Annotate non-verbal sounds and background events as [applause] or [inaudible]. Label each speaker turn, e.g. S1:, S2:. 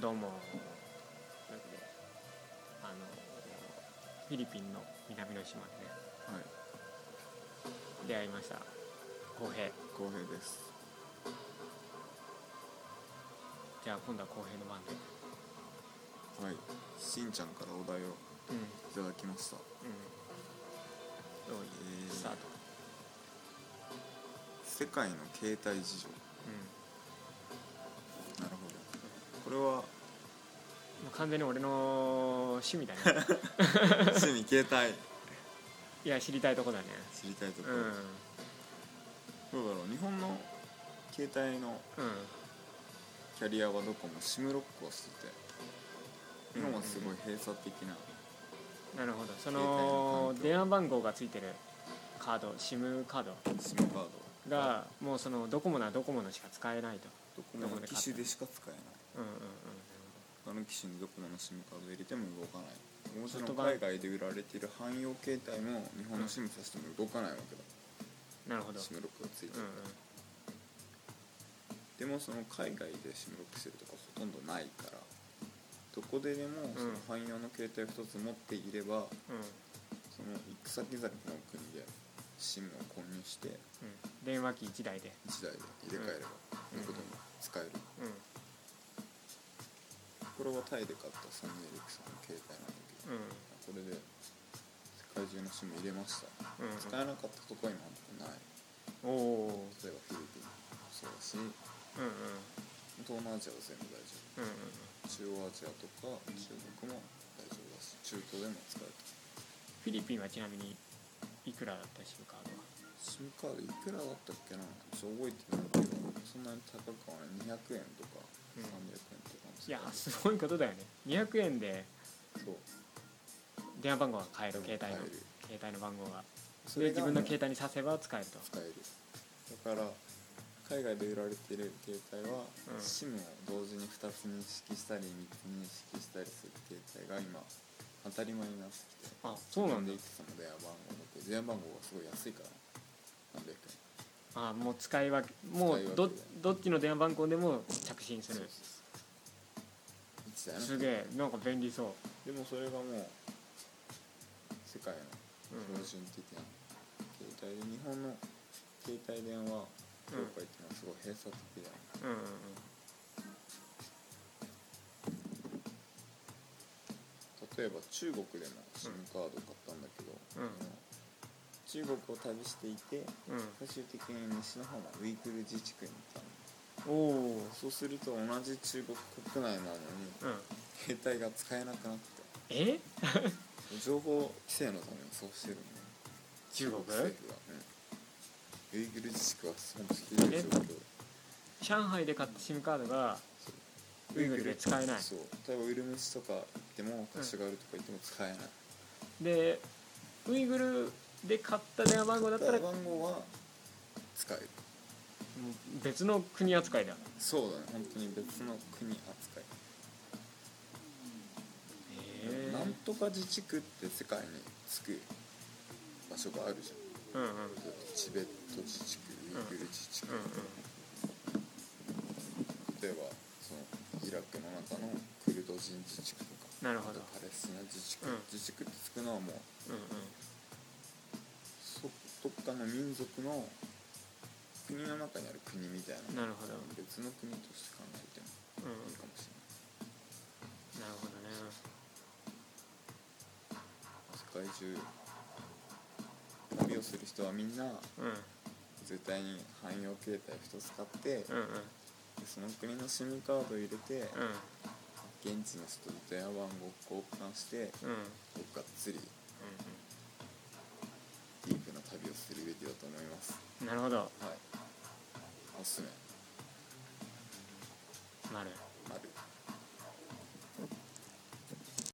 S1: どうもというわけであのフィリピンの南の島でね
S2: はい、
S1: 出会いました浩平
S2: 浩平です。
S1: じゃあ今度は浩平の番で
S2: はい、しんちゃんからお題
S1: うん
S2: をいただきました。
S1: うんどうい
S2: え
S1: う
S2: ー
S1: スタート
S2: 世界の携帯事情。
S1: う
S2: なるほど。こ
S1: んもう完全に俺の趣
S2: [laughs]
S1: 味だね [laughs]
S2: れは趣味携帯
S1: いや知りたいとこだね
S2: 知りたいとこ
S1: うん
S2: ろ。
S1: うん
S2: どうだろう。日本の携帯のキャリアはどこも SIM ロックをしてて、日本はすごい閉鎖的な。
S1: なるほどそ
S2: 携帯の
S1: の
S2: 環境
S1: 電話番号がついてるカード SIM カード
S2: SIM カード。
S1: がもうそのドコモなドコモのしか使えないと
S2: ドコモの機種でしか使えない。
S1: うんうんうん
S2: 他の機種にドコモの SIM カードを入れても動かない。もち
S1: ソ
S2: ろ
S1: フト
S2: ん
S1: バン
S2: 海外で売られている汎用携帯も日本の SIM させても動かないわけだ。
S1: なるほど
S2: シムロックがついて
S1: うん
S2: る
S1: うん
S2: でもその海外でシムロックしてるとかほとんどないからどこででもその汎用の携帯2つ持っていれば、
S1: うん
S2: その行く先々の国で SIM を購入して
S1: うん電話機1台で
S2: 1台で入れ替えれば
S1: うん
S2: いうことに使える、
S1: うん
S2: これはタイで買ったソニーエリクソンの携帯なんだけど、
S1: うん
S2: これで世界中の SIM 入れました、
S1: うん
S2: 使えなかったとこは今ない
S1: おお
S2: 例えばフィリピンもそうだし
S1: ーうんうん
S2: 東南アジアは全部大丈夫
S1: うんうん
S2: 中央アジアとか中国も大丈夫だし中東でも使える
S1: フィリピンはちなみにいくらだったしカードは
S2: SIM カードいくらだったっけなちょっと覚えてないけどそんなに高くはない200円とか
S1: うん
S2: 300円とかも
S1: い
S2: 使え
S1: や
S2: る
S1: すごいことだよね200円で
S2: そう
S1: 電話番号が変える
S2: うん
S1: 携帯の
S2: 変え
S1: 携帯の
S2: る
S1: 番号が
S2: そ
S1: で
S2: れが
S1: 自分の携帯に挿せば使えると
S2: 使えるだから海外で売られている携帯は、
S1: うん
S2: SIM を同時に2つ認識したり3つ認識したりする携帯が今当たり前になってきて
S1: あそうなんだ
S2: でいくつも電話番号だって電話番号がすごい安いから
S1: あ
S2: 300円
S1: もう使い分けも
S2: 使いう分
S1: ど
S2: け
S1: どっち
S2: だ
S1: の電話番号でも着信す
S2: そう
S1: る
S2: そうそう1台
S1: すげえな
S2: の
S1: んか便利そ
S2: でもそれがもう世界の
S1: う、うん、
S2: 標準的な携帯で、日本の携帯電話業界っていうのはすごい閉鎖的だよ
S1: うんうんうん
S2: ね、例えば中国でも SIM カード買ったんだけど、
S1: うん
S2: 中国を旅していて
S1: うん
S2: 最終的に西の方のウイグル自治区に行ったの
S1: おお
S2: そうすると同じ中国国内なのに
S1: うん
S2: 携帯が使えなくなって
S1: え
S2: 情報規制のためにそうしてるのね
S1: 中国
S2: 政府が、うん、ウイグル自治区は本当ひどい状況
S1: 上海で買った SIM カードがウイグルで使えない
S2: そう例えばウルムチとか行ってもカシュガルとか行っても使えない、
S1: でウイグルで買った電話番号だったら
S2: 電
S1: も
S2: 話番号は使える
S1: う別の国扱いだへ
S2: そうだね本当に別の国扱い、
S1: え
S2: なんとか自治区って世界につく場所があるじゃ
S1: うんうんうん
S2: んチベット自治区ウイグル自治区、例えばそのイラクの中のクルド人自治区とか
S1: なる
S2: あ
S1: ほ
S2: と
S1: ど
S2: パレスチナ自治
S1: う
S2: 区、
S1: ん
S2: 自治区ってつくのはもう
S1: うんうん
S2: そどっかの民族の国の中にある国みたい
S1: な
S2: な
S1: るほど
S2: 別の国として考えて
S1: う
S2: も
S1: んうん
S2: いいかもしれない
S1: なるほどね
S2: 世界中旅をする人はみんな
S1: うん
S2: 絶対に汎用携帯一つ買って、で
S1: うんうん
S2: その国の SIM カードを入れて、
S1: うん
S2: 現地の人と電話番号を交換して
S1: うんうん
S2: がっつりディープな旅をするべきだと思います
S1: うんなるほど
S2: はいおすすめ
S1: 丸